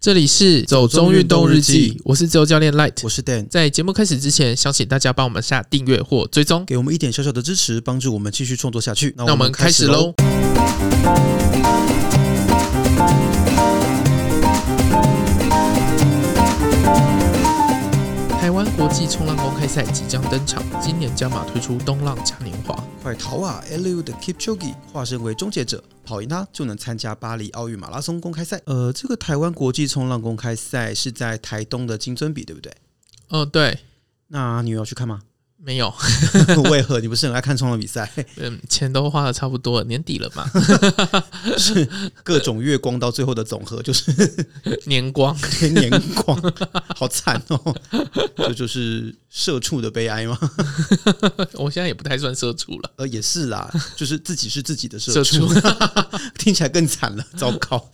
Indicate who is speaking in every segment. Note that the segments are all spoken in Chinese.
Speaker 1: 这里是走中运动日记，我是自由教练 Light。
Speaker 2: 我是 Dan，
Speaker 1: 在节目开始之前，想请大家帮我们下订阅或追踪。
Speaker 2: 给我们一点小小的支持，帮助我们继续创作下去。那
Speaker 1: 那我们开始喽。。台湾国际冲浪公开赛即将登场，今年加码推出东浪嘉年华。
Speaker 2: 快逃啊 l u 的 Kipchoge 化身为终结者，跑赢他就能参加巴黎奥运马拉松公开赛。呃，这个台湾国际冲浪公开赛是在台东的金樽比，对不对？
Speaker 1: 嗯、对，
Speaker 2: 那你有要去看吗？
Speaker 1: 没有，
Speaker 2: 为何你不是很爱看冲浪比赛？
Speaker 1: 嗯，钱都花的差不多了，年底了嘛，
Speaker 2: 各种月光到最后的总和就是
Speaker 1: 年光。
Speaker 2: 天年光，好惨哦！这就是社畜的悲哀吗？
Speaker 1: 我现在也不太算社畜了，
Speaker 2: 呃，也是啦，就是自己是自己的社
Speaker 1: 社畜
Speaker 2: 畜， 听起来更惨了，糟糕。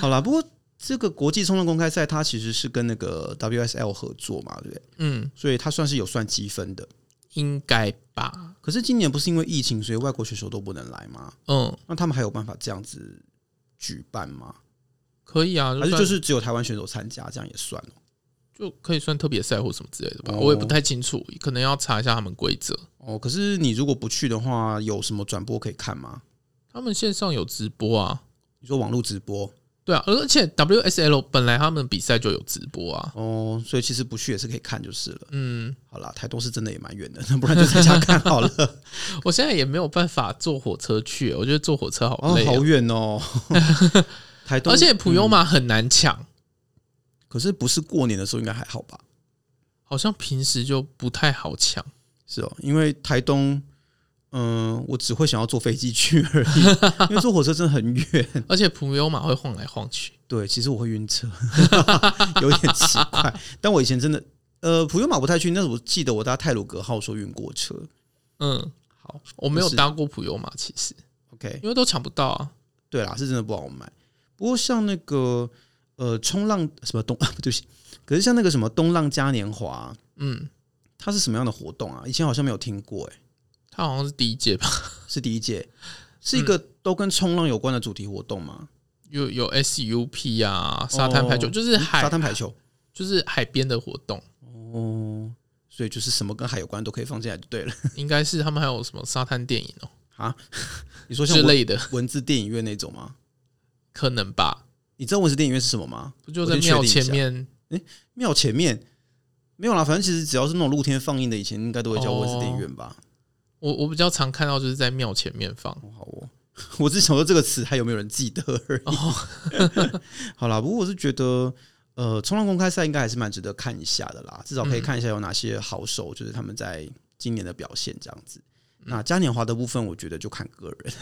Speaker 2: 好啦，不过这个国际冲浪公开赛它其实是跟那个 WSL 合作嘛，对不对？
Speaker 1: 嗯，
Speaker 2: 所以它算是有算积分的。
Speaker 1: 应该吧，
Speaker 2: 可是今年不是因为疫情，所以外国选手都不能来吗？
Speaker 1: 嗯，
Speaker 2: 那他们还有办法这样子举办吗？
Speaker 1: 可以啊，
Speaker 2: 还是
Speaker 1: 算
Speaker 2: 就是只有台湾选手参加，这样也算哦？
Speaker 1: 就可以算特别赛或什么之类的吧，
Speaker 2: 哦
Speaker 1: 我也不太清楚，可能要查一下他们规则。
Speaker 2: 哦，可是你如果不去的话，有什么转播可以看吗？
Speaker 1: 他们线上有直播啊，
Speaker 2: 你说网络直播
Speaker 1: 对啊，而且 WSL 本来他们比赛就有直播啊，
Speaker 2: 哦，所以其实不去也是可以看就是了。
Speaker 1: 嗯，
Speaker 2: 好啦，台东是真的也蛮远的， 那不然就在家看好了。
Speaker 1: 我现在也没有办法坐火车去，我觉得坐火车 好
Speaker 2: 哦，
Speaker 1: 累、
Speaker 2: 好
Speaker 1: 哦，
Speaker 2: 远 哦，台东。
Speaker 1: 而且普悠玛
Speaker 2: 嗯
Speaker 1: 很难抢，
Speaker 2: 可是不是过年的时候应该还好吧？
Speaker 1: 好像平时就不太好抢。
Speaker 2: 是哦，因为台东，嗯、我只会想要坐飞机去而 已，因为坐火车真的很远。
Speaker 1: 而且普悠玛会晃来晃去，
Speaker 2: 对，其实我会晕车， 有点奇怪。但我以前真的，呃，普悠玛不太去，但是我记得我搭泰鲁格号说晕过车。
Speaker 1: 嗯，
Speaker 2: 好
Speaker 1: 我没有
Speaker 2: 不是
Speaker 1: 搭过普悠玛，其实
Speaker 2: ，OK，
Speaker 1: 因为都抢不到啊。
Speaker 2: 对啦，是真的不好买。不过像那个呃冲浪什么东，啊对不起，可是像那个什么东浪嘉年华，
Speaker 1: 嗯，
Speaker 2: 它是什么样的活动啊？以前好像没有听过、欸，
Speaker 1: 它好像是第一届吧，
Speaker 2: 是第一届，是一个
Speaker 1: 嗯
Speaker 2: 都跟冲浪有关的主题活动吗？
Speaker 1: 有有 SUP 啊，沙滩排球，
Speaker 2: 哦
Speaker 1: 就是海
Speaker 2: 沙滩排球
Speaker 1: 就是海边的活动，
Speaker 2: 哦，所以就是什么跟海有关都可以放进来就 对了
Speaker 1: 应该是他们还有什么沙滩电影哦、
Speaker 2: 啊。你说像
Speaker 1: 之
Speaker 2: 文
Speaker 1: 类的，
Speaker 2: 文字电影院那种吗？
Speaker 1: 可能吧？
Speaker 2: 你知道文字电影院是什么吗？
Speaker 1: 不就
Speaker 2: 我
Speaker 1: 在
Speaker 2: 先确定
Speaker 1: 庙
Speaker 2: 一
Speaker 1: 前
Speaker 2: 下
Speaker 1: 面
Speaker 2: 庙前面没有啦，反正其实只要是那种露天放映的，以前应该都会叫
Speaker 1: 哦
Speaker 2: 文字电影院吧。
Speaker 1: 我我比较常看到就是在庙前面放
Speaker 2: 哦好哦， 我只想说这个词还有没有人记得而已。
Speaker 1: 哦，
Speaker 2: 好啦，不过我是觉得，呃，冲浪公开赛应该还是蛮值得看一下的啦，至少
Speaker 1: 嗯
Speaker 2: 可以看一下有哪些好手，就是他们在今年的表现这样子。
Speaker 1: 嗯
Speaker 2: 那嘉年华的部分，我觉得就看个人，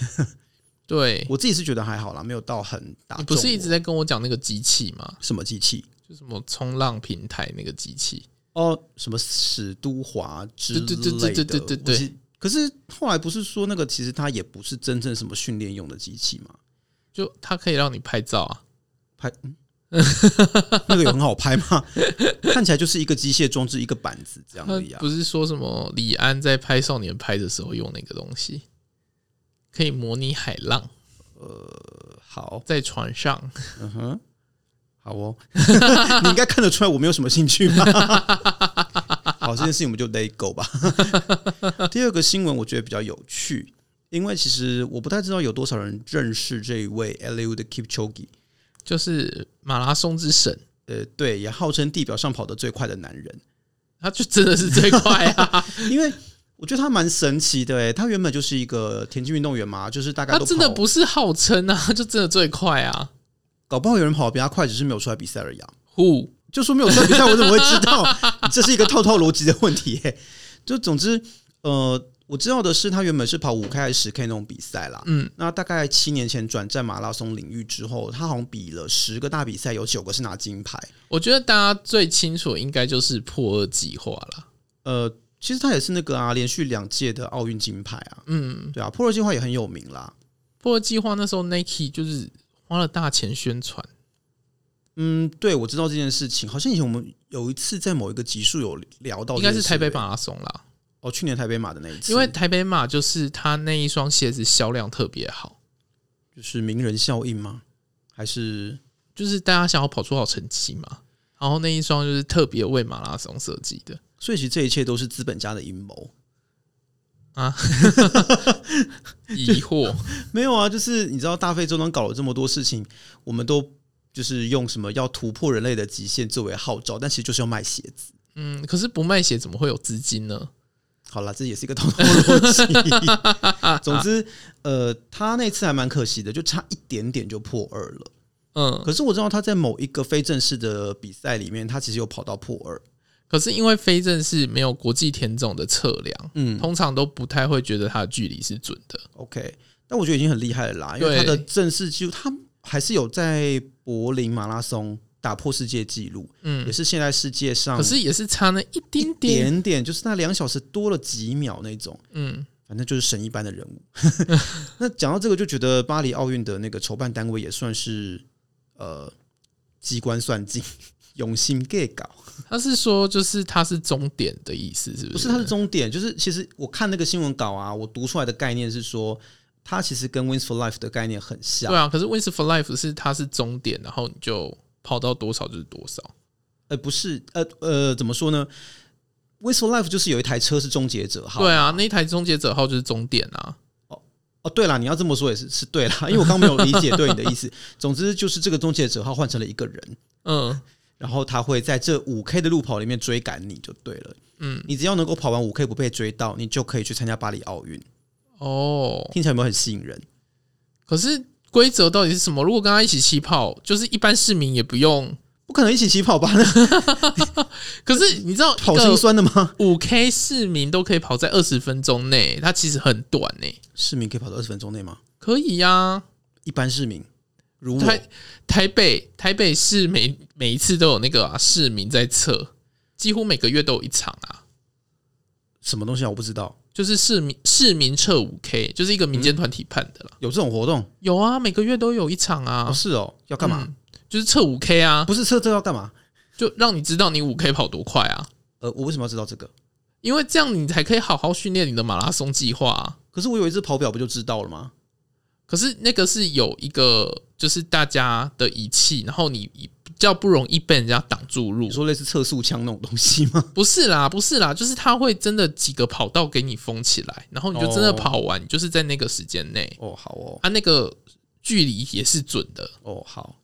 Speaker 1: 对，
Speaker 2: 我自己是觉得还好啦，没有到很打
Speaker 1: 你不
Speaker 2: 中我。
Speaker 1: 是一直在跟我讲那个机器吗？
Speaker 2: 什么机器？
Speaker 1: 就什么冲浪平台那个机器，
Speaker 2: 哦，什么史都华之类的，
Speaker 1: 对对对对对对对
Speaker 2: 我是可是后来不是说那个其实它也不是真正什么训练用的机器嘛？
Speaker 1: 就它可以让你拍照啊。
Speaker 2: 拍，嗯、那个有很好 拍吗？看起来就是一个机械装置，一个板子这样
Speaker 1: 它
Speaker 2: 而已啊。
Speaker 1: 不是说什么李安在拍《少年拍》的时候用那个东西，可以模拟海浪
Speaker 2: 好，
Speaker 1: 在船上。
Speaker 2: 嗯哼，好哦， 你应该看得出来我没有什么兴趣吧？ 好，这件事情我们就 let it go 吧。 第二个新闻我觉得比较有趣，因为其实我不太知道有多少人认识这一位 LU 的 Kipchoge，
Speaker 1: 就是马拉松之神，
Speaker 2: 呃，对，也号称地表上跑得最快的男人，
Speaker 1: 他就真的是最快啊！
Speaker 2: 因为。我觉得他蛮神奇的诶，欸他原本就是一个田径运动员嘛，就是大概
Speaker 1: 他
Speaker 2: 都
Speaker 1: 真的
Speaker 2: 跑，
Speaker 1: 不是号称啊， 就真的最快啊！
Speaker 2: 搞不好有人跑得比他快，只是没有出来比赛而已啊。
Speaker 1: 呼，
Speaker 2: 就说没有算比赛，我怎么会知道？ 这是一个套套逻辑的问题、耶就总之，呃，我知道的是，他原本是跑五 K 还是十 K 那种比赛啦。
Speaker 1: 嗯，
Speaker 2: 那大概七年前转战马拉松领域之后，他好像比了十个大比赛，有九个是拿金牌。
Speaker 1: 我觉得大家最清楚应该就是破二计划啦。
Speaker 2: 呃，其实他也是那个啊，连续两届的奥运金牌啊。
Speaker 1: 嗯，
Speaker 2: 对啊，破二计划也很有名啦。
Speaker 1: 破二计划那时候 Nike 就是花了大钱宣传，
Speaker 2: 嗯，对，我知道这件事情。好像以前我们有一次在某一个集数有聊到
Speaker 1: 应
Speaker 2: 这
Speaker 1: 该
Speaker 2: 件事，
Speaker 1: 是台北马拉松啦，
Speaker 2: 哦，去年台北马的那一次，
Speaker 1: 因为台北马就是它那一双鞋子销量特别好，
Speaker 2: 就是名人效应吗？还是
Speaker 1: 就是大家想要跑出好成绩嘛。然后那一双就是特别为马拉松设计 的，
Speaker 2: 所以其实这一切都是资本家的阴谋。
Speaker 1: 疑惑
Speaker 2: 没有啊，就是你知道大费周章搞了这么多事情，我们都就是用什么要突破人类的极限作为号召，但其实就是要卖鞋子。
Speaker 1: 嗯，可是不卖鞋怎么会有资金呢？
Speaker 2: 好啦，这也是一个同样的逻辑。总之，呃，他那次还蛮可惜的，就差一点点就破二了。
Speaker 1: 嗯，
Speaker 2: 可是我知道他在某一个非正式的比赛里面，他其实有跑到破二。
Speaker 1: 可是因为非正式没有国际田总的测量，
Speaker 2: 嗯
Speaker 1: 通常都不太会觉得它的距离是准的。
Speaker 2: ，OK，但我觉得已经很厉害了啦，因为
Speaker 1: 对
Speaker 2: 他的正式记录，他还是有在柏林马拉松打破世界纪录，
Speaker 1: 嗯
Speaker 2: 也，是现在世界上
Speaker 1: 可是也是差那一丁
Speaker 2: 一
Speaker 1: 点。
Speaker 2: 点点，就是那两小时多了几秒那种。
Speaker 1: 嗯，
Speaker 2: 反正就是神一般 的人物。那讲到这个，就觉得巴黎奥运的那个筹办单位也算是呃机关算尽， 用心给搞。
Speaker 1: 他是说就是它是终点的意思，是不是？
Speaker 2: 不是它是终点，就是其实我看那个新闻稿啊，我读出来的概念是说，它其实跟 Wins for Life 的概念很像
Speaker 1: 对，啊，可是 Wins for Life 是它是终点，然后你就跑到多少就是多少。
Speaker 2: 呃，不是，呃呃，怎么说呢？Wins for Life 就是有一台车是终结者号，
Speaker 1: 对啊，那一台终结者号就是终点啊。
Speaker 2: 哦，对啦，你要这么说也是是对啦，因为我刚没有理解对你的 意思。总之就是这个终结者号换成了一个人，
Speaker 1: 嗯
Speaker 2: 然后他会在这五 K 的路跑里面追赶你就对了。
Speaker 1: 嗯，
Speaker 2: 你只要能够跑完五 K 不被追到，你就可以去参加巴黎奥运。
Speaker 1: 哦，
Speaker 2: 听起来有没有很吸引人？
Speaker 1: 可是规则到底是什么？如果跟他一起起跑，就是一般市民也不用。
Speaker 2: 不可能一起起跑吧？那
Speaker 1: 可是你知道，一
Speaker 2: 好心
Speaker 1: 个
Speaker 2: 酸的吗？
Speaker 1: 五 K 市民都可以跑在二十分钟内，它其实很短呢、
Speaker 2: 市民可以跑到二十分钟内吗？
Speaker 1: 可以啊呀、
Speaker 2: 一般市民如我
Speaker 1: 台台北台北市每每一次都有那个、啊、市民在测，几乎每个月都有一场啊，
Speaker 2: 什么东西啊？我不知道
Speaker 1: 就是市民市民测五 K，就是一个民间团体办的啦。
Speaker 2: 有这种活动
Speaker 1: 有啊，每个月都有一场啊。
Speaker 2: 嗯哦？是哦，要干嘛？
Speaker 1: 嗯就是测五 K 啊，
Speaker 2: 不是车这要干嘛？
Speaker 1: 就让你知道你五 K 跑多快啊，
Speaker 2: 呃，我为什么要知道这个？
Speaker 1: 因为这样你才可以好好训练你的马拉松计划、啊。
Speaker 2: 可是我有一只跑表不就知道了吗？
Speaker 1: 可是那个是有一个，就是大家的仪器，然后你比较不容易被人家挡住路
Speaker 2: 你。说类似测速枪那种东西吗？
Speaker 1: 不是啦，不是啦，就是他会真的几个跑道给你封起来，然后你就真的跑完，你就是在那个时间内，
Speaker 2: 哦，好哦，
Speaker 1: 啊，那个距离也是准的。
Speaker 2: 哦，好，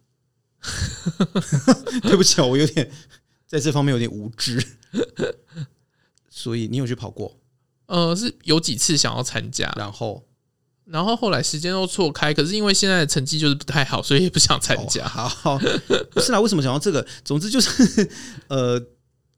Speaker 2: 对不起、啊，我有点在这方面有点无知。所以你有去跑过，
Speaker 1: 呃，是有几次想要参加，
Speaker 2: 然后
Speaker 1: 然后后来时间都错开，可是因为现在的成绩就是不太好，所以也不想参
Speaker 2: 哦
Speaker 1: 加。
Speaker 2: 好，不是啦，为什么讲到这个？总之就是 呃，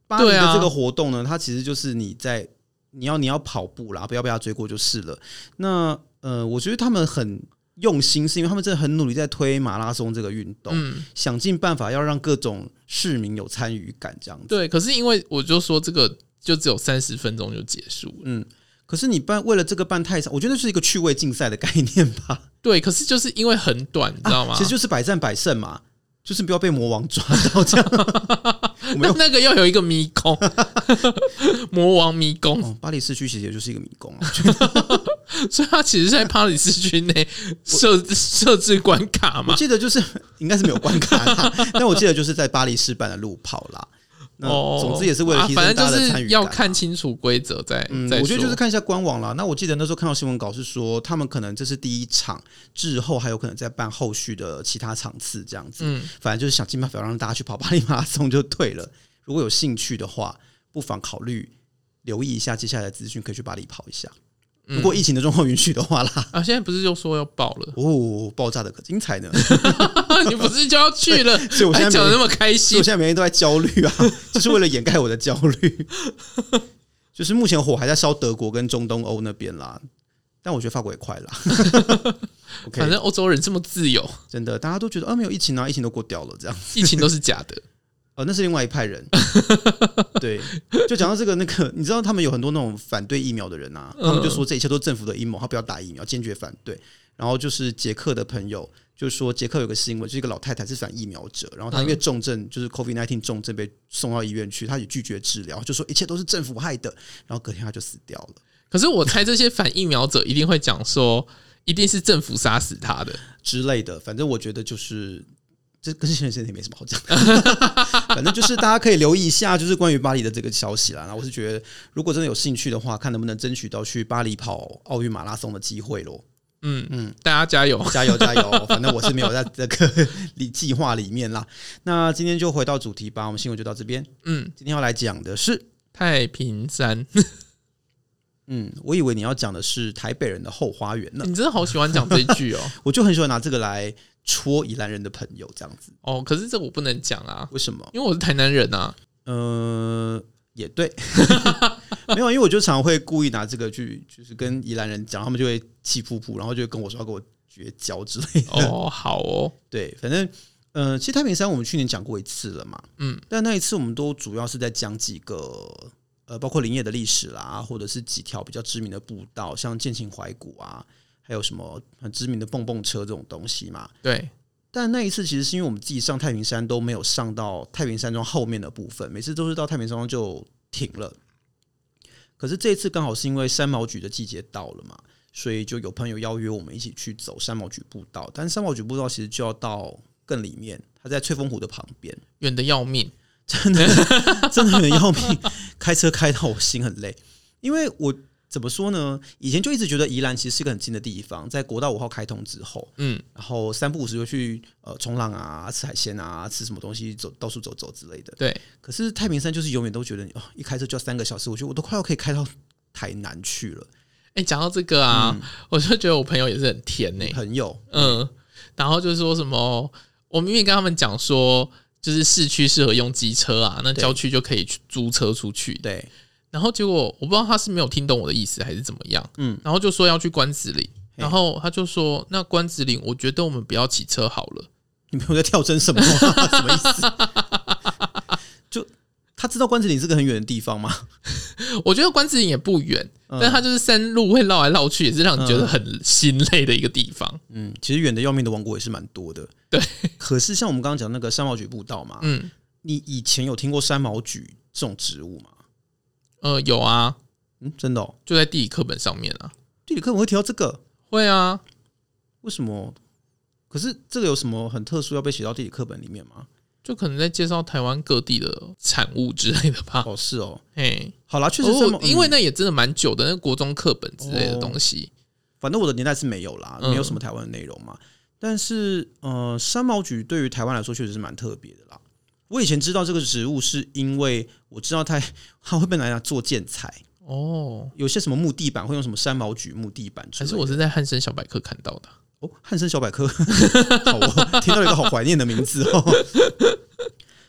Speaker 2: 巴黎
Speaker 1: 对
Speaker 2: 的
Speaker 1: 啊
Speaker 2: 这个活动呢，它其实就是你在你要你要跑步啦，不要被他追过就是了。那呃，我觉得他们很用心，是因为他们真的很努力在推马拉松这个运动，
Speaker 1: 嗯，
Speaker 2: 想尽办法要让各种市民有参与感，这样子。
Speaker 1: 对。可是因为我就说这个就只有三十分钟就结束了，
Speaker 2: 嗯，可是你办为了这个办太长，我觉得那是一个趣味竞赛的概念吧？
Speaker 1: 对。可是就是因为很短，你知道吗？
Speaker 2: 啊其实就是百战百胜嘛，就是不要被魔王抓 到这样。我
Speaker 1: 那
Speaker 2: 没有。
Speaker 1: 那个要有一个迷宫， 魔王迷宫，
Speaker 2: 哦，巴黎市区其实也就是一个迷宫、啊，
Speaker 1: 所以他其实是在巴黎市区内设设置关卡
Speaker 2: 我
Speaker 1: 嘛。
Speaker 2: 记得就是应该是没有关 卡啦，但我记得就是在巴黎市办的路跑啦。那
Speaker 1: 哦，
Speaker 2: 总之也是为了
Speaker 1: 啊
Speaker 2: 提
Speaker 1: 反
Speaker 2: 升大
Speaker 1: 正
Speaker 2: 家
Speaker 1: 就
Speaker 2: 的参
Speaker 1: 是
Speaker 2: 与感
Speaker 1: 要
Speaker 2: 啊。
Speaker 1: 看清楚规则再
Speaker 2: 嗯
Speaker 1: 再，
Speaker 2: 我觉得
Speaker 1: 说
Speaker 2: 就是看一下官网啦。那我记得那时候看到新闻稿是说，他们可能这是第一场，之后还有可能再办后续的其他场次这样子。
Speaker 1: 嗯，
Speaker 2: 反正就是想尽办法让大家去跑巴黎马拉松就对了。如果有兴趣的话，不妨考虑留意一下接下来的资讯，可以去巴黎跑一下。
Speaker 1: 嗯
Speaker 2: 如果疫情的状况允许的话啦，，
Speaker 1: 啊，现在不是就说要爆了
Speaker 2: 哦，爆炸的可精彩呢！
Speaker 1: 你不是就要去 了，
Speaker 2: 所以我现
Speaker 1: 还
Speaker 2: 在
Speaker 1: 讲
Speaker 2: 每
Speaker 1: 的那
Speaker 2: 天，
Speaker 1: 么开
Speaker 2: 所以
Speaker 1: 心
Speaker 2: 我现在每天都在焦虑啊， 就是为了掩盖我的焦虑。 就是目前火还在烧德国跟中东欧那边啦，但我觉得法国也快啦。
Speaker 1: 反
Speaker 2: OK，
Speaker 1: 正欧洲人这么自由，
Speaker 2: 真的，大家都觉得啊，没有疫情啊，疫情都过掉了这样。
Speaker 1: 疫情都是假的。
Speaker 2: 哦，那是另外一派人。对，就讲到这个那个，你知道他们有很多那种反对疫苗的人啊，他们就说这一切都是政府的阴谋，他不要打疫苗，坚决反对。然后就是捷克的朋友就说，捷克有个新闻，就是一个老太太是反疫苗者，然后她因为重症就是 COVID nineteen 重症被送到医院去，她也拒绝治疗，就说一切都是政府害的，然后隔天她就死掉了。
Speaker 1: 可是我猜这些反疫苗者一定会讲说，一定是政府杀死他的。
Speaker 2: 之类的，反正我觉得就是这跟现在现在也没什么好讲的， 反正就是大家可以留意一下，就是关于巴黎的这个消息啦。那我是觉得，如果真的有兴趣的话，看能不能争取到去巴黎跑奥运马拉松的机会咯。
Speaker 1: 嗯嗯，大家加油！
Speaker 2: 加油加油！反正我是没有在这个里计划里面啦。那今天就回到主题吧，我们新闻就到这边。
Speaker 1: 嗯，
Speaker 2: 今天要来讲的是，
Speaker 1: 太平山，
Speaker 2: 嗯，我以为你要讲的是台北人的后花园呢，
Speaker 1: 你真的好喜欢讲这一句 哦。
Speaker 2: 我就很喜欢拿这个来戳宜兰人的朋友这样子。
Speaker 1: 哦，可是这我不能讲啊，
Speaker 2: 为什么？
Speaker 1: 因为我是台南人啊。
Speaker 2: 呃，也对， 没有，因为我就常会故意拿这个去，就是跟宜兰人讲，他们就会气噗噗，然后就会跟我说要跟我绝交之类的。
Speaker 1: 哦，好哦，
Speaker 2: 对，反正呃，其实太平山我们去年讲过一次了嘛，
Speaker 1: 嗯，
Speaker 2: 但那一次我们都主要是在讲几个呃，包括林业的历史啦，或者是几条比较知名的步道，像剑琴怀古啊，还有什么很知名的蹦蹦车这种东西嘛。
Speaker 1: 对，
Speaker 2: 但那一次其实是因为我们自己上太平山都没有上到太平山庄后面的部分，每次都是到太平山庄就停了。可是这一次刚好是因为山毛榉的季节到了嘛，所以就有朋友邀约我们一起去走山毛榉步道。但是山毛榉步道其实就要到更里面，它在翠峰湖的旁边，
Speaker 1: 远的要命。
Speaker 2: 真的真的很要命，开车开到我心很累，因为我怎么说呢？以前就一直觉得宜兰其实是一个很近的地方，在国道五号开通之后，
Speaker 1: 嗯，
Speaker 2: 然后三不五时就去呃冲浪啊、吃海鲜啊、吃什么东西，走到处走走之类的。
Speaker 1: 对，
Speaker 2: 可是太平山就是永远都觉得哦，一开车就要三个小时，我觉得我都快要可以开到台南去了。
Speaker 1: 哎，讲到这个啊，
Speaker 2: 嗯
Speaker 1: 我就觉得我朋友也是很甜呢、
Speaker 2: 朋友，
Speaker 1: 嗯，然后就说什么，我明明跟他们讲说，就是市区适合用机车啊，那
Speaker 2: 对
Speaker 1: 郊区就可以去租车出去。
Speaker 2: 对，
Speaker 1: 然后结果我不知道他是没有听懂我的意思还是怎么样，
Speaker 2: 嗯，
Speaker 1: 然后就说要去关子岭，然后他就说那关子岭，我觉得我们不要骑车好了。
Speaker 2: 你朋友在跳针什么？ 什么意思？ 就他知道关子岭是个很远的地方吗？
Speaker 1: 我觉得关子岭也不远，
Speaker 2: 嗯
Speaker 1: 但它就是山路会绕来绕去，也是让你觉得很心累的一个地方。
Speaker 2: 嗯，其实远的要命的王国也是蛮多的。
Speaker 1: 对，
Speaker 2: 可是像我们刚刚讲那个山毛榉步道嘛，
Speaker 1: 嗯，
Speaker 2: 你以前有听过山毛榉这种植物吗？
Speaker 1: 呃，有啊，
Speaker 2: 嗯，真的、哦，
Speaker 1: 就在地理课本上面啊，
Speaker 2: 地理课我会提到这个。
Speaker 1: 会啊，
Speaker 2: 为什么？可是这个有什么很特殊要被写到地理课本里面吗？
Speaker 1: 就可能在介绍台湾各地的产物之类的吧。
Speaker 2: 哦，是哦。
Speaker 1: 嘿，
Speaker 2: 好啦，确实这么
Speaker 1: 啊哦，，因为
Speaker 2: 嗯
Speaker 1: 那也真的蛮久的，那国中课本之类的东西。
Speaker 2: 反正我的年代是没有啦，
Speaker 1: 嗯
Speaker 2: 没有什么台湾的内容嘛。但是呃，山毛榉对于台湾来说确实是蛮特别的啦。我以前知道这个植物，是因为我知 道它它会被拿来做建材，
Speaker 1: 哦，
Speaker 2: 有些什么木地板会用什么山毛榉木地板之
Speaker 1: 还
Speaker 2: 类
Speaker 1: 是
Speaker 2: 的。
Speaker 1: 我是在汉森小百科看到的。啊
Speaker 2: 哦，汉森小百科， 好、哦，听到了一个好怀念的名字哦。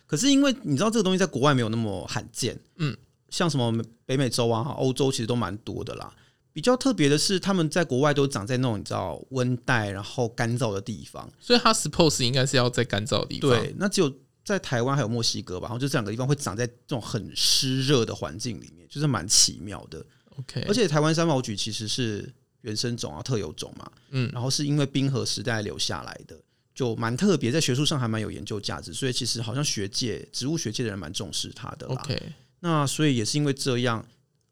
Speaker 2: 可是因为你知道这个东西在国外没有那么罕见，
Speaker 1: 嗯，
Speaker 2: 像什么北美洲啊、欧洲其实都蛮多的啦。比较特别的是，他们在国外都长在那种你知道温带然后干燥的地方。
Speaker 1: 所以它 suppose 应该是要在干燥的地方。，
Speaker 2: 对，那只有在台湾还有墨西哥吧，然后就这两个地方会长在这种很湿热的环境里面，就是蛮奇妙的。
Speaker 1: ，OK，
Speaker 2: 而且台湾三毛榉其实是原生种啊、特有种嘛，
Speaker 1: 嗯
Speaker 2: 然后是因为冰河时代留下来的，就蛮特别，在学术上还蛮有研究价值，所以其实好像学界、植物学界的人蛮重视它的啦。
Speaker 1: OK，
Speaker 2: 那所以也是因为这样，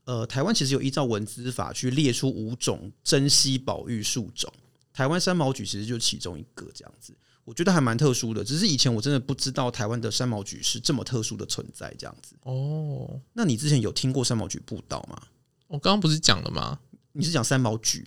Speaker 2: 呃，台湾其实有依照文资法去列出五种珍稀保育树种，台湾三毛榉其实就是其中一个这样子。我觉得还蛮特殊的，只是以前我真的不知道台湾的三毛榉是这么特殊的存在这样子。
Speaker 1: 哦，
Speaker 2: 那你之前有听过三毛榉步道吗？
Speaker 1: 我刚刚不是讲了吗？
Speaker 2: 你是讲三毛榉？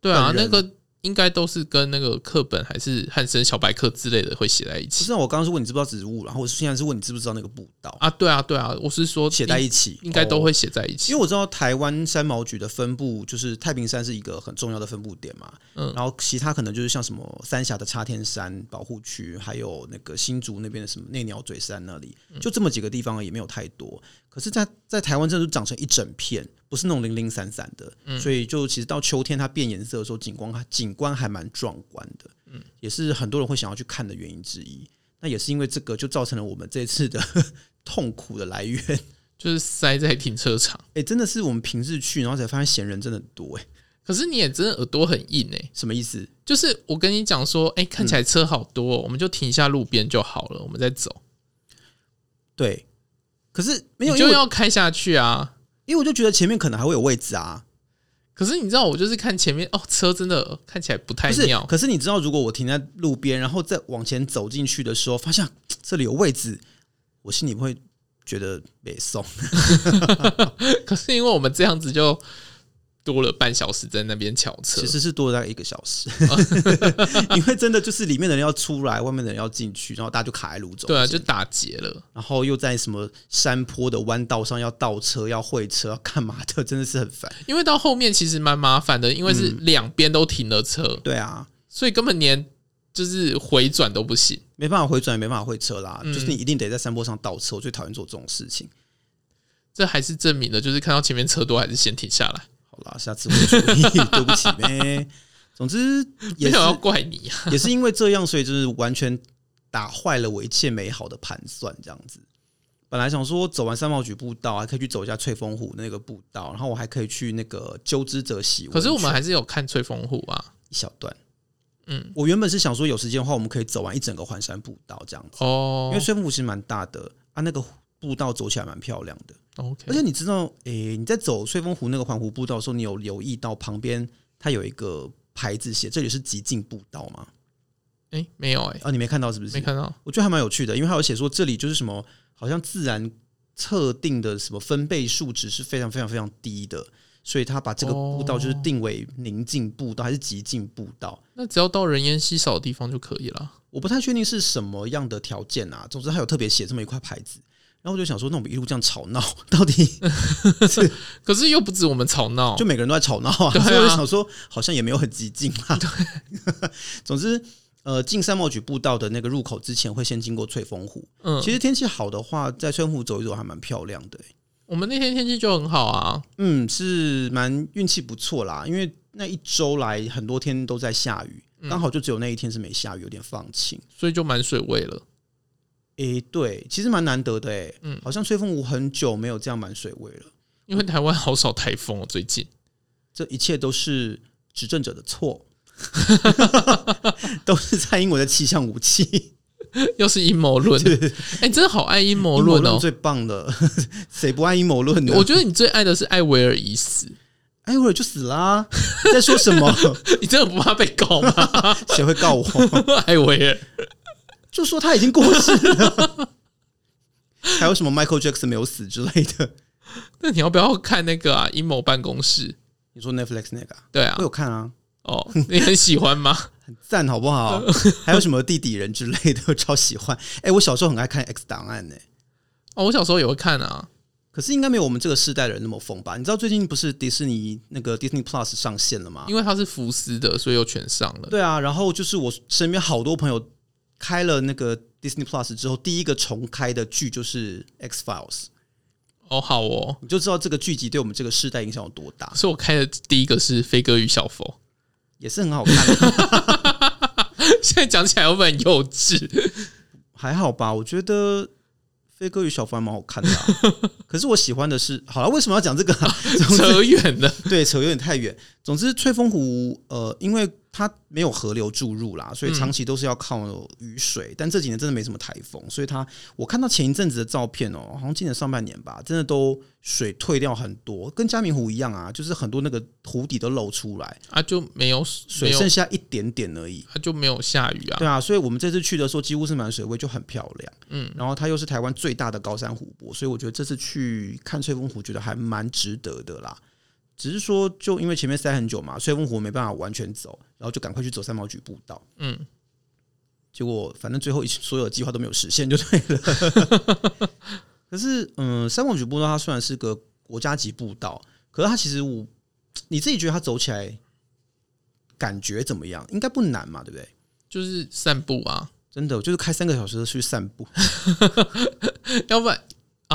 Speaker 1: 对啊，
Speaker 2: 本
Speaker 1: 那
Speaker 2: 人
Speaker 1: 个应该都是跟那个课本还是汉森小百科之类的会写在一
Speaker 2: 不
Speaker 1: 起
Speaker 2: 是啊，我刚刚是问你知不知道植物，然后我现在是问你知不知道那个步道，
Speaker 1: 啊。对啊，对啊，我是说
Speaker 2: 写在一起，
Speaker 1: 应应该都
Speaker 2: 哦。
Speaker 1: 会写在一起
Speaker 2: 因为。我知道台湾三毛榉的分布，就是太平山是一个很重要的分布点嘛，
Speaker 1: 嗯
Speaker 2: 然后其他可能就是像什么三峡的插天山保护区，还有那个新竹那边的什么内鸟嘴山那里，就这么几个地方而已，没有太多。可是在，在台湾真的就长成一整片，不是那种零零散散的，所以就其实到秋天它变颜色的时候，景观还景观还蛮壮观的，也是很多人会想要去看的原因之一。那也是因为这个，就造成了我们这次的 痛苦的来源。
Speaker 1: 就是塞在停车场。
Speaker 2: 哎、真的是我们平日去，然后才发现闲人真的很多、欸，哎，
Speaker 1: 可是你也真的耳朵很硬哎、
Speaker 2: 什么意思？
Speaker 1: 就是我跟你讲说，哎、
Speaker 2: 嗯
Speaker 1: 看起来车好多哦、我们就停下路边就好了，我们再走，
Speaker 2: 对，可是没有，
Speaker 1: 你就
Speaker 2: 因为我
Speaker 1: 要开下去啊。
Speaker 2: 因为我就觉得前面可能还会有位置啊，
Speaker 1: 可是你知道，我就是看前面哦，车真的看起来不太
Speaker 2: 不是
Speaker 1: 妙，，
Speaker 2: 可是你知道，如果我停在路边，然后再往前走进去的时候，发现嘖这里有位置，我心里会觉得被送。
Speaker 1: 可是因为我们这样子就多了半小时在那边瞧车
Speaker 2: 其，实是多了大概一个小时， 因为真的就是里面的人要出来，外面的人要进去，然后大家就卡在路中间。
Speaker 1: 对啊，就打结了。
Speaker 2: 然后又在什么山坡的弯道上要倒车、要会车、要干嘛的，真的是很烦。
Speaker 1: 因为到后面其实蛮麻烦的，因为是
Speaker 2: 嗯
Speaker 1: 两边都停了车，
Speaker 2: 对啊，
Speaker 1: 所以根本连就是回转都不行。
Speaker 2: 没办法回转，也没办法会车啦，
Speaker 1: 嗯
Speaker 2: 就是你一定得在山坡上倒车。我最讨厌做这种事情。
Speaker 1: 这还是证明了，就是看到前面车多还是先停下来，
Speaker 2: 好啦，下次我注意，对不起 呗。总之也
Speaker 1: 没
Speaker 2: 是
Speaker 1: 有要怪你啊。
Speaker 2: 也是因为这样，所以就是完全打坏了我一切美好的盘算。这样子，本来想说走完三毛榉步道，还可以去走一下翠峰湖那个步道，然后我还可以去那个鸠之泽洗温
Speaker 1: 可
Speaker 2: 泉。
Speaker 1: 是我们还是有看翠峰湖啊。
Speaker 2: 一小段，
Speaker 1: 嗯，
Speaker 2: 我原本是想说有时间的话，我们可以走完一整个环山步道这样子，因
Speaker 1: 哦
Speaker 2: 为翠峰湖其实蛮大的啊，那个步道走起来蛮漂亮的。而
Speaker 1: ，OK，
Speaker 2: 且你知道，诶、你在走翠峰湖那个环湖步道的时候，你有留意到旁边它有一个牌子写这里是极境步道吗？
Speaker 1: 哎、没有哎、
Speaker 2: 啊，你没看到是不是？
Speaker 1: 没看到。
Speaker 2: 我觉得还蛮有趣的，因为他有写说这里就是什么，好像自然测定的什么分贝数值是非常非常非常低的，所以他把这个
Speaker 1: 哦
Speaker 2: 步道就是定为宁静步道还是极静步道，
Speaker 1: 那只要到人烟稀少的地方就可以了。
Speaker 2: 我不太确定是什么样的条件啊。总之，他有特别写这么一块牌子。然后我就想说，那我们一路这样吵闹， 到底是
Speaker 1: 可是又不止我们吵闹
Speaker 2: 就，每个人都在吵闹啊？
Speaker 1: 对啊
Speaker 2: 所以我就想说，好像也没有很激进 啊。 总之，呃，进三毛榉步道的那个入口之前，会先经过翠峰湖。
Speaker 1: 嗯，
Speaker 2: 其实天气好的话，在翠峰湖走一走还蛮漂亮的欸、
Speaker 1: 我们那天天气就很好啊。
Speaker 2: 嗯，是蛮运气不错啦，因为那一周来很多天都在下雨，
Speaker 1: 嗯
Speaker 2: 刚好就只有那一天是没下雨，有点放晴。
Speaker 1: 所以就蛮水位了。
Speaker 2: 诶、对，其实蛮难得的诶、欸
Speaker 1: 嗯
Speaker 2: 好像吹风湖很久没有这样满水位了，
Speaker 1: 因为台湾好少台风哦，最近
Speaker 2: 这一切都是执政者的错， 都是蔡英文的气象武器，
Speaker 1: 又是阴谋论。哎、你真的好爱阴 谋论
Speaker 2: 阴谋
Speaker 1: 哦！
Speaker 2: 最棒的， 谁不爱阴谋论呢？
Speaker 1: 我觉得你最爱的是艾维尔已死，
Speaker 2: 哎，我就死啦、 你在说什么？
Speaker 1: 你真的不怕被告吗？
Speaker 2: 谁会告我？
Speaker 1: 艾维尔，
Speaker 2: 就说他已经过世了。 还有什么 Michael Jackson 没有死之类的？
Speaker 1: 那你要不要看那个啊？阴谋办公室？
Speaker 2: 你说 Netflix 那个、啊，
Speaker 1: 对啊
Speaker 2: 我，有看啊，
Speaker 1: 哦，你很喜欢吗？
Speaker 2: 赞好不好？还有什么地底人之类的，我超喜欢。哎、我小时候很爱看 X 档案呢、
Speaker 1: 哦，我小时候也会看啊。
Speaker 2: 可是应该没有我们这个世代的人那么疯吧？你知道最近不是迪士尼那个 Disney Plus 上线了吗？
Speaker 1: 因为它是福斯的，所以又全上了。
Speaker 2: 对啊，然后就是我身边好多朋友开了那个 Disney Plus 之后，第一个重开的剧就是 X Files，
Speaker 1: 哦，好哦，
Speaker 2: 你就知道这个剧集对我们这个世代影响有多大。
Speaker 1: 所以我开的第一个是《飞哥与小佛
Speaker 2: 也是很好看，》，
Speaker 1: 现在讲起来有本很幼 稚。
Speaker 2: 还好吧？我觉得《飞哥与小夫》还蛮好看的啊、可是我喜欢的是，好了，为什么要讲这个啊、总之
Speaker 1: 扯远了，
Speaker 2: 对，扯有点太远。总之，翠峰湖呃，因为它没有河流注入啦，所
Speaker 1: 嗯
Speaker 2: 以长期都是要靠雨水。但这几年真的没什么台风，所以它我看到前一阵子的照片哦，好像今年上半年吧，真的都水退掉很多，跟嘉明湖一样啊，就是很多那个湖底都露出来，
Speaker 1: 啊，就没有
Speaker 2: 水
Speaker 1: 没有
Speaker 2: 剩，下一点点而已。
Speaker 1: 啊，就没有下雨啊。
Speaker 2: 对啊，所以我们这次去的时候几乎是满水位，就很漂亮。
Speaker 1: 嗯
Speaker 2: 嗯，然后它又是台湾最大的高山湖泊，所以我觉得这次去看翠峰湖，觉得还蛮值得的啦。只是说，就因为前面塞很久嘛，翠峰湖没办法完全走，然后就赶快去走三毛榉步道。
Speaker 1: 嗯，
Speaker 2: 结果反正最后一 所有的计划都没有实现，就对了。 可是，嗯，三毛榉步道它虽然是个国家级步道，可是它其实我你自己觉得它走起来感觉怎么样？应该不难嘛，对不对？
Speaker 1: 就是散步啊，
Speaker 2: 真的，我就是开三个小时去散步，
Speaker 1: 要不然，啊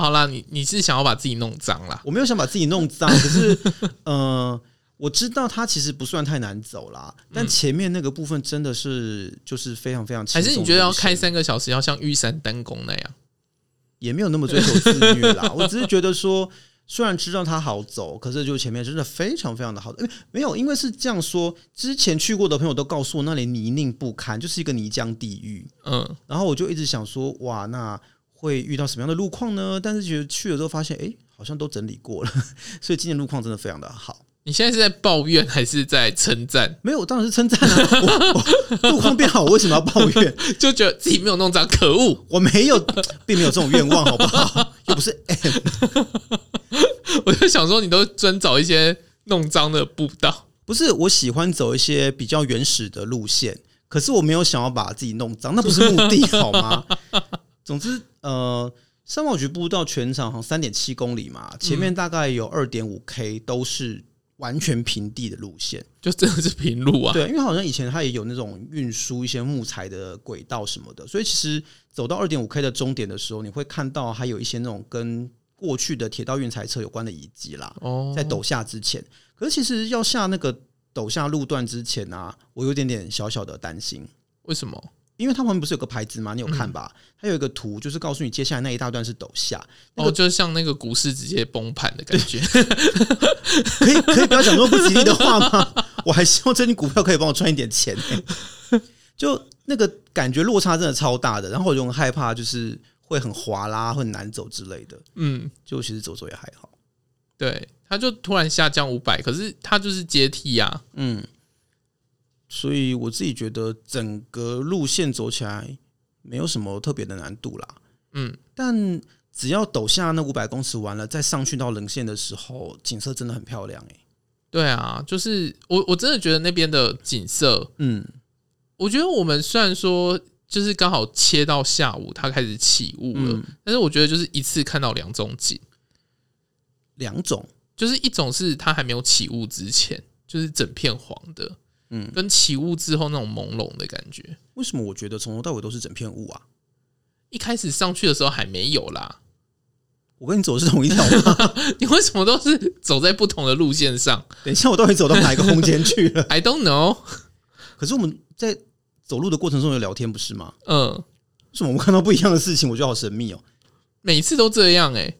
Speaker 1: 好啦，你你是想要把自己弄脏啦？
Speaker 2: 我没有想把自己弄脏， 可是，呃，我知道它其实不算太难走啦，
Speaker 1: 嗯
Speaker 2: 但前面那个部分真的是就是非常非常轻
Speaker 1: 还
Speaker 2: 松，
Speaker 1: 是你觉得要开，三个小时，要像玉山单弓那样？
Speaker 2: 也没有那么追求自虐啦。 我只是觉得说，虽然知道它好走，可是就前面真的非常非常的好走，因为没有，因为是这样说，之前去过的朋友都告诉我那里泥泞不堪，就是一个泥浆地狱。
Speaker 1: 嗯，
Speaker 2: 然后我就一直想说，哇，那会遇到什么样的 路况呢？但是觉得去了之后发现，哎，好像都整理过了，所以今年路况真的非常的好。
Speaker 1: 你现在是在抱怨还是在称赞？
Speaker 2: 没有，我当然是称赞啊！我我路况变好，我为什么要抱怨？
Speaker 1: 就觉得自己没有弄脏，可恶！
Speaker 2: 我没有，并没有这种愿望，好不好？又不是 M，
Speaker 1: 我就想说，你都专找一些弄脏的步道，
Speaker 2: 不是我喜欢走一些比较原始的路线，可是我没有想要把自己弄脏，那不是目的好吗？总之，呃，三毛局步道全长好像三点七公里嘛，前面大概有二点五 K 都是完全平地的路线。
Speaker 1: 就真的是平路啊！
Speaker 2: 对，因为好像以前它也有那种运输一些木材的轨道什么的，所以其实走到二点五 K 的终点的时候，你会看到还有一些那种跟过去的铁道运材车有关的遗迹啦，
Speaker 1: 哦
Speaker 2: 在，陡下之前。可是其实要下那个陡下路段之前啊，我有点点小小的担心，
Speaker 1: 为什么？
Speaker 2: 因为它旁边不是有个牌子吗？你有看吧？它有一个图，就是告诉你接下来那一大段是陡下，那个
Speaker 1: 哦，就像那个股市直接崩盘的感觉，
Speaker 2: 可以可以不要讲这么不吉利的话吗？我还希望最近股票可以帮我赚一点钱、欸。就那个感觉落差真的超大的，然后我就很害怕，就是会很滑啦，会很难走之类的。
Speaker 1: 嗯，
Speaker 2: 就其实走走也还好。
Speaker 1: 对，它就突然下降五百，可是它就是阶梯啊，
Speaker 2: 嗯，所以我自己觉得整个路线走起来没有什么特别的难度啦。
Speaker 1: 嗯，
Speaker 2: 但只要陡下那五百公尺完了，再上去到棱线的时候，景色真的很漂亮诶、欸
Speaker 1: 对啊，就是我我真的觉得那边的景色，
Speaker 2: 嗯，
Speaker 1: 我觉得我们虽然说就是刚好切到下午，它开始起雾了，
Speaker 2: 嗯
Speaker 1: 但是我觉得就是一次看到两种景，
Speaker 2: 两种，
Speaker 1: 就是一种是它还没有起雾之前，就是整片黄的，
Speaker 2: 嗯，
Speaker 1: 跟起雾之后那种朦胧的感觉。
Speaker 2: 为什么我觉得从头到尾都是整片雾啊？
Speaker 1: 一开始上去的时候还没有啦，
Speaker 2: 我跟你走的是同一条 吗？
Speaker 1: 你为什么都是走在不同的路线上
Speaker 2: 等一下，我到底走到哪一个空间去 了？
Speaker 1: ？I don't know。
Speaker 2: 可是我们在走路的过程中有聊天，不是吗？
Speaker 1: 嗯，
Speaker 2: 为什么我们看到不一样的事情，我觉得好神秘哦？
Speaker 1: 每次都这样哎、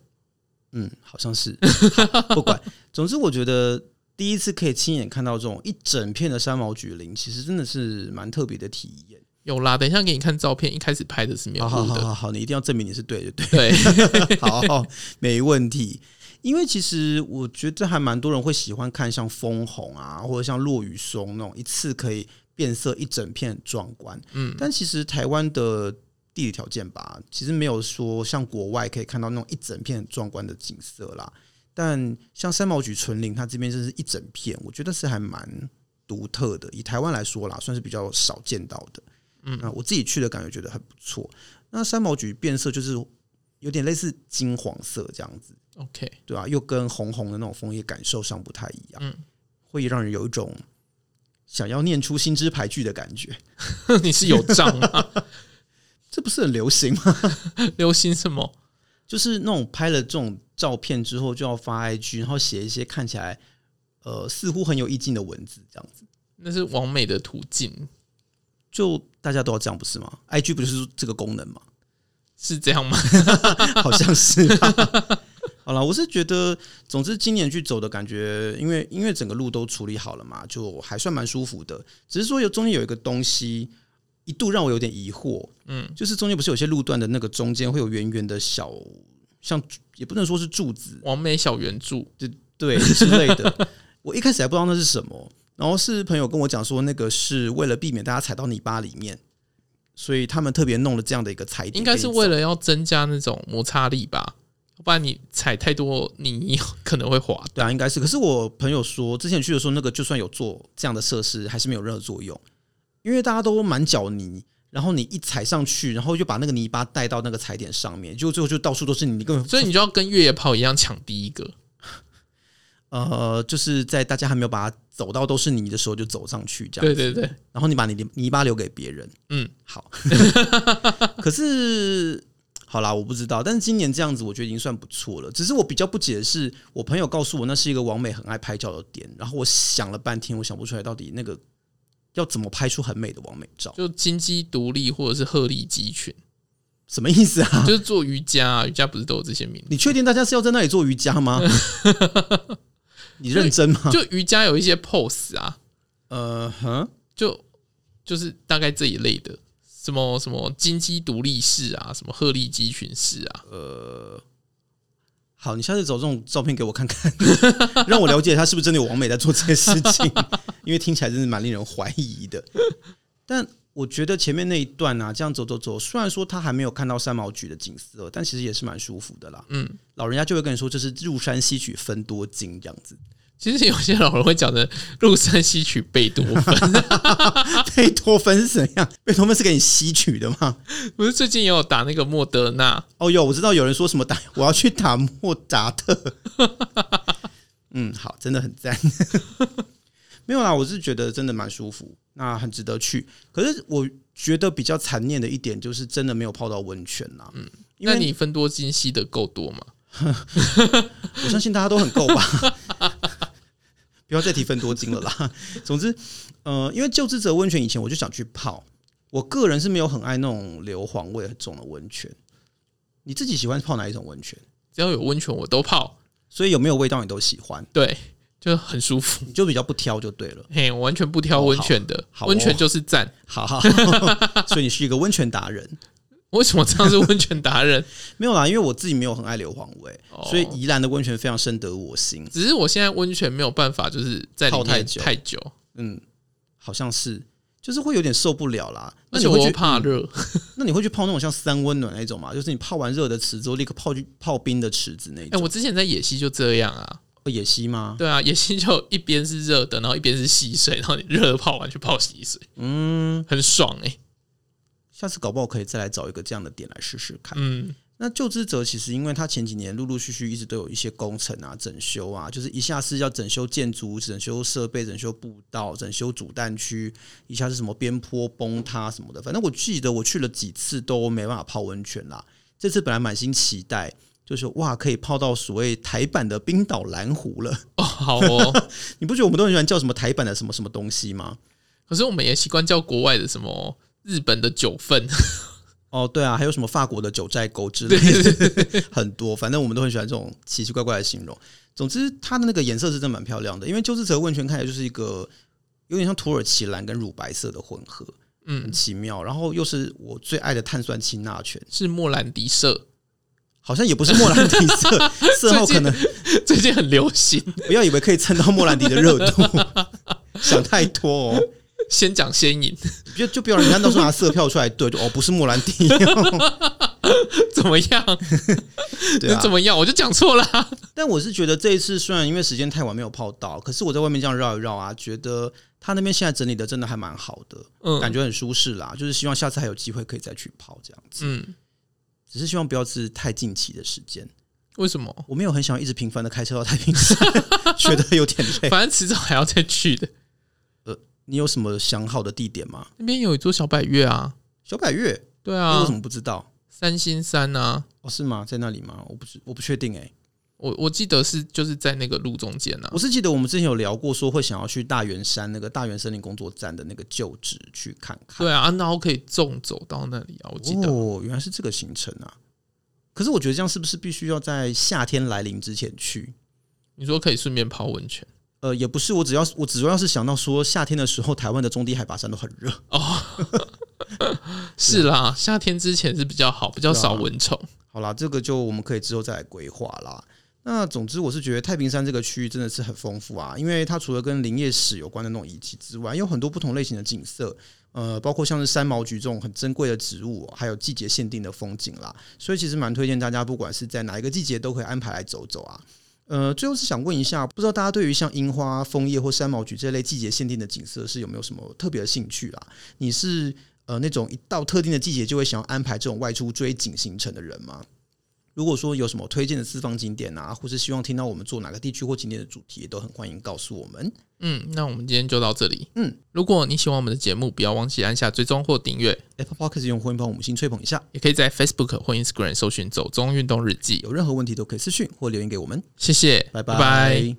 Speaker 2: 嗯，好像是， 好不管。总之，我觉得第一次可以亲眼看到这种一整片的山毛榉林，其实真的是蛮特别的体验。
Speaker 1: 有啦，等一下给你看照片，一开始拍的是没有
Speaker 2: 好
Speaker 1: 雾
Speaker 2: 好
Speaker 1: 的，
Speaker 2: 好好好，你一定要证明你是对的，对。
Speaker 1: 对，
Speaker 2: 好，没问题。因为其实我觉得还蛮多人会喜欢看像枫红啊，或者像落雨松那种一次可以变色一整片很壮观。
Speaker 1: 嗯，
Speaker 2: 但其实台湾的地理条件吧，其实没有说像国外可以看到那种一整片很壮观的景色啦。但像三毛榉纯林，它这边就是一整片，我觉得是还蛮独特的。以台湾来说啦，算是比较少见到的。
Speaker 1: 嗯
Speaker 2: 那我自己去的感觉觉得很不错。那三毛榉变色就是有点类似金黄色这样子，
Speaker 1: OK，
Speaker 2: 对啊，又跟红红的那种枫叶感受上不太一样，
Speaker 1: 嗯
Speaker 2: 会让人有一种想要念出新知排句的感觉。
Speaker 1: 你是有账吗？
Speaker 2: 这不是很流行吗？
Speaker 1: 流行什么？
Speaker 2: 就是那种拍了这种照片之后就要发 IG，然后写一些看起来呃似乎很有意境的文字，这样子
Speaker 1: 那是完美的途径，
Speaker 2: 就大家都要这样不是吗？IG 不就是这个功能吗？
Speaker 1: 是这样 吗？
Speaker 2: 好像是 吧。好了，我是觉得，总之今年去走的感觉，因为因为整个路都处理好了嘛，就还算蛮舒服的。只是说有中间有一个东西，一度让我有点疑惑，
Speaker 1: 嗯，
Speaker 2: 就是中间不是有些路段的那个中间会有圆圆的小，像也不能说是柱子，
Speaker 1: 完美小圆柱，
Speaker 2: 对之类 的。我一开始还不知道那是什么，然后是朋友跟我讲说，那个是为了避免大家踩到泥巴里面，所以他们特别弄了这样的一个踩点，
Speaker 1: 应该是为了要增加那种摩擦力吧，要不然你踩太多泥可能会滑
Speaker 2: 对啊，应该是。可是我朋友说，之前去的时候，那个就算有做这样的设施，还是没有任何作用，因为大家都满脚泥，然后你一踩上去，然后就把那个泥巴带到那个踩点上面，就最后就到处都是泥，你根本
Speaker 1: 所以你就要跟越野跑一样抢第一个。
Speaker 2: 呃，就是在大家还没有把它走到都是泥的时候就走上去这样。
Speaker 1: 对对对，
Speaker 2: 然后你把你的泥巴留给别人，
Speaker 1: 嗯，
Speaker 2: 好。 可是好啦，我不知道，但是今年这样子，我觉得已经算不错了。只是我比较不解的是，我朋友告诉我那是一个王美很爱拍照的点，然后我想了半天，我想不出来到底那个要怎么拍出很美的王美照，
Speaker 1: 就金鸡独立或者是鹤立鸡群，
Speaker 2: 什么意思啊？
Speaker 1: 就是做瑜伽、啊，瑜伽不是都有这些名字？
Speaker 2: 你确定大家是要在那里做瑜伽吗？你认真吗？
Speaker 1: 就瑜伽有一些 pose 啊，
Speaker 2: 呃，哼，
Speaker 1: 就就是大概这一类的，什么什么金鸡独立式啊，什么鹤立鸡群式啊，
Speaker 2: 好，你下次找这种照片给我看 看，让我了解他是不是真的有王美在做这些事情， 因为听起来真是蛮令人怀疑的。但我觉得前面那一段啊，这样走走走，虽然说他还没有看到三毛榉的景色，但其实也是蛮舒服的啦。嗯，老人家就会跟你说，这是入山吸取分多金这样子，
Speaker 1: 其实有些老人会讲的“入山吸取贝多芬
Speaker 2: 贝多芬是怎样？贝多芬是给你吸取的吗？”，
Speaker 1: 不是最近也有打那个莫德纳，
Speaker 2: 哦哟，我知道有人说什么打， 我要去打莫扎特。嗯，好，真的很赞。 没有啦，我是觉得真的蛮舒服，那很值得去。可是我觉得比较残念的一点就是，真的没有泡到温泉啦。嗯， 因
Speaker 1: 那
Speaker 2: 为
Speaker 1: 你分多金吸的够多吗？
Speaker 2: 我相信大家都很够吧。 不要再提分多金了啦。总之，呃，因为旧之泽温泉以前我就想去泡，我个人是没有很爱那种硫磺味很重的温泉。你自己喜欢泡哪一种温泉？
Speaker 1: 只要有温泉我都泡，
Speaker 2: 所以有没有味道你都喜欢？
Speaker 1: 对，就很舒服。
Speaker 2: 你就比较不挑就对了。
Speaker 1: 嘿，我完全不挑温泉的，
Speaker 2: 好好哦
Speaker 1: 温泉就是赞。
Speaker 2: 好好， 所以你是一个温泉达人。
Speaker 1: 为什么这样是温泉达人？
Speaker 2: 没有啦，因为我自己没有很爱硫磺味，
Speaker 1: 哦
Speaker 2: 所以宜兰的温泉非常深得我心。
Speaker 1: 只是我现在温泉没有办法，就是在里
Speaker 2: 泡太
Speaker 1: 面
Speaker 2: 久
Speaker 1: 太久，
Speaker 2: 嗯，好像是，就是会有点受不了啦。
Speaker 1: 而
Speaker 2: 那你
Speaker 1: 且
Speaker 2: 会
Speaker 1: 我
Speaker 2: 去嗯
Speaker 1: 又怕 热。
Speaker 2: 那你会去泡那种像三温暖那种吗？就是你泡完热的池子，立刻泡去泡冰的池子那一
Speaker 1: 哎、
Speaker 2: 种。
Speaker 1: 我之前在野溪就这样啊，
Speaker 2: 会野溪吗？
Speaker 1: 对啊，野溪就一边是热的，然后一边是溪水，然后你热的泡完去泡溪水，嗯，很爽哎、
Speaker 2: 下次搞不好可以再来找一个这样的点来试试看。
Speaker 1: 嗯，
Speaker 2: 那旧之泽其实，因为它前几年陆陆续续一直都有一些工程啊、整修啊，就是一下是要整修建筑、整修设备、整修步道、整修主弹区，一下是什么边坡崩塌什么的。反正我记得我去了几次都没办法泡温泉啦。这次本来满心期待，就是哇，可以泡到所谓台版的冰岛蓝湖了。
Speaker 1: 哦，好哦。
Speaker 2: 你不觉得我们都很喜欢叫什么台版的什么什么东西吗？
Speaker 1: 可是我们也习惯叫国外的什么日本的九份，
Speaker 2: 哦，对啊，还有什么法国的九寨沟之类
Speaker 1: 对
Speaker 2: 的。
Speaker 1: 对对，
Speaker 2: 很多，反正我们都很喜欢这种奇奇怪怪的形容。总之，它的那个颜色是真的蛮漂亮的，因为鸠兹泽温泉看起来就是一个有点像土耳其蓝跟乳白色的混合，很
Speaker 1: 嗯，
Speaker 2: 奇妙。然后又是我最爱的碳酸氢钠泉，
Speaker 1: 是莫兰迪社，
Speaker 2: 好像也不是莫兰迪 色，色号可能
Speaker 1: 最近很流行。
Speaker 2: 不要以为可以蹭到莫兰迪的热度， 想太多哦。
Speaker 1: 先讲先赢，
Speaker 2: 就就不要人家到时候拿色票出来对，就哦不是莫兰迪，
Speaker 1: 怎么样？
Speaker 2: 对啊
Speaker 1: 怎，么样？我就讲错了。啊
Speaker 2: 但我是觉得这一次虽然因为时间太晚没有泡到，可是我在外面这样绕一绕啊，觉得他那边现在整理的真的还蛮好的，
Speaker 1: 嗯
Speaker 2: 感觉很舒适啦。就是希望下次还有机会可以再去泡这样子，
Speaker 1: 嗯，
Speaker 2: 只是希望不要是太近期的时间。
Speaker 1: 为什么？
Speaker 2: 我没有很想一直频繁的开车到太平山， 觉得有点累。
Speaker 1: 反正迟早还要再去的。
Speaker 2: 你有什么想好的地点吗？
Speaker 1: 那边有一座小百月啊，
Speaker 2: 小百月，
Speaker 1: 对
Speaker 2: 你为
Speaker 1: 啊
Speaker 2: 什，么不知道？
Speaker 1: 三星山啊，
Speaker 2: 哦，是吗？在那里吗？我不知，我不确定哎、
Speaker 1: 我我记得是就是在那个路中间啊
Speaker 2: 我。是记得我们之前有聊过，说会想要去大圆山那个大圆森林工作站的那个旧址去看看。
Speaker 1: 对啊，然后可以纵走到那里啊，我记得。
Speaker 2: 哦，原来是这个行程啊！可是我觉得这样是不是必须要在夏天来临之前去？
Speaker 1: 你说可以顺便泡温泉
Speaker 2: 呃，也不是，我只要我只要是想到说夏天的时候，台湾的中低海拔山都很热，
Speaker 1: 哦，
Speaker 2: 啊
Speaker 1: 是啦，夏天之前是比较好，比较少蚊虫。
Speaker 2: 好啦，这个就我们可以之后再来规划啦。那总之，我是觉得太平山这个区域真的是很丰富啊，因为它除了跟林业史有关的那种遗迹之外，有很多不同类型的景色，呃，包括像是三毛菊这种很珍贵的植物，还有季节限定的风景啦。所以其实蛮推荐大家，不管是在哪一个季节，都可以安排来走走啊。呃，最后是想问一下，不知道大家对于像樱花、枫叶或三毛菊这类季节限定的景色是有没有什么特别的兴趣啦？你是呃那种一到特定的季节就会想要安排这种外出追景行程的人吗？如果说有什么推荐的私房景点啊，或是希望听到我们做哪个地区或景点的主题，也都很欢迎告诉我们。
Speaker 1: 嗯，那我们今天就到这里。
Speaker 2: 嗯，
Speaker 1: 如果你喜欢我们的节目，不要忘记按下追踪或订阅，
Speaker 2: Apple Podcast 用户帮我们先吹捧一下，
Speaker 1: 也可以在 Facebook 或 Instagram 搜寻“走中运动日记
Speaker 2: 有任何问题都可以私讯或留言给我们，”。
Speaker 1: 谢谢，
Speaker 2: 拜拜。
Speaker 1: 拜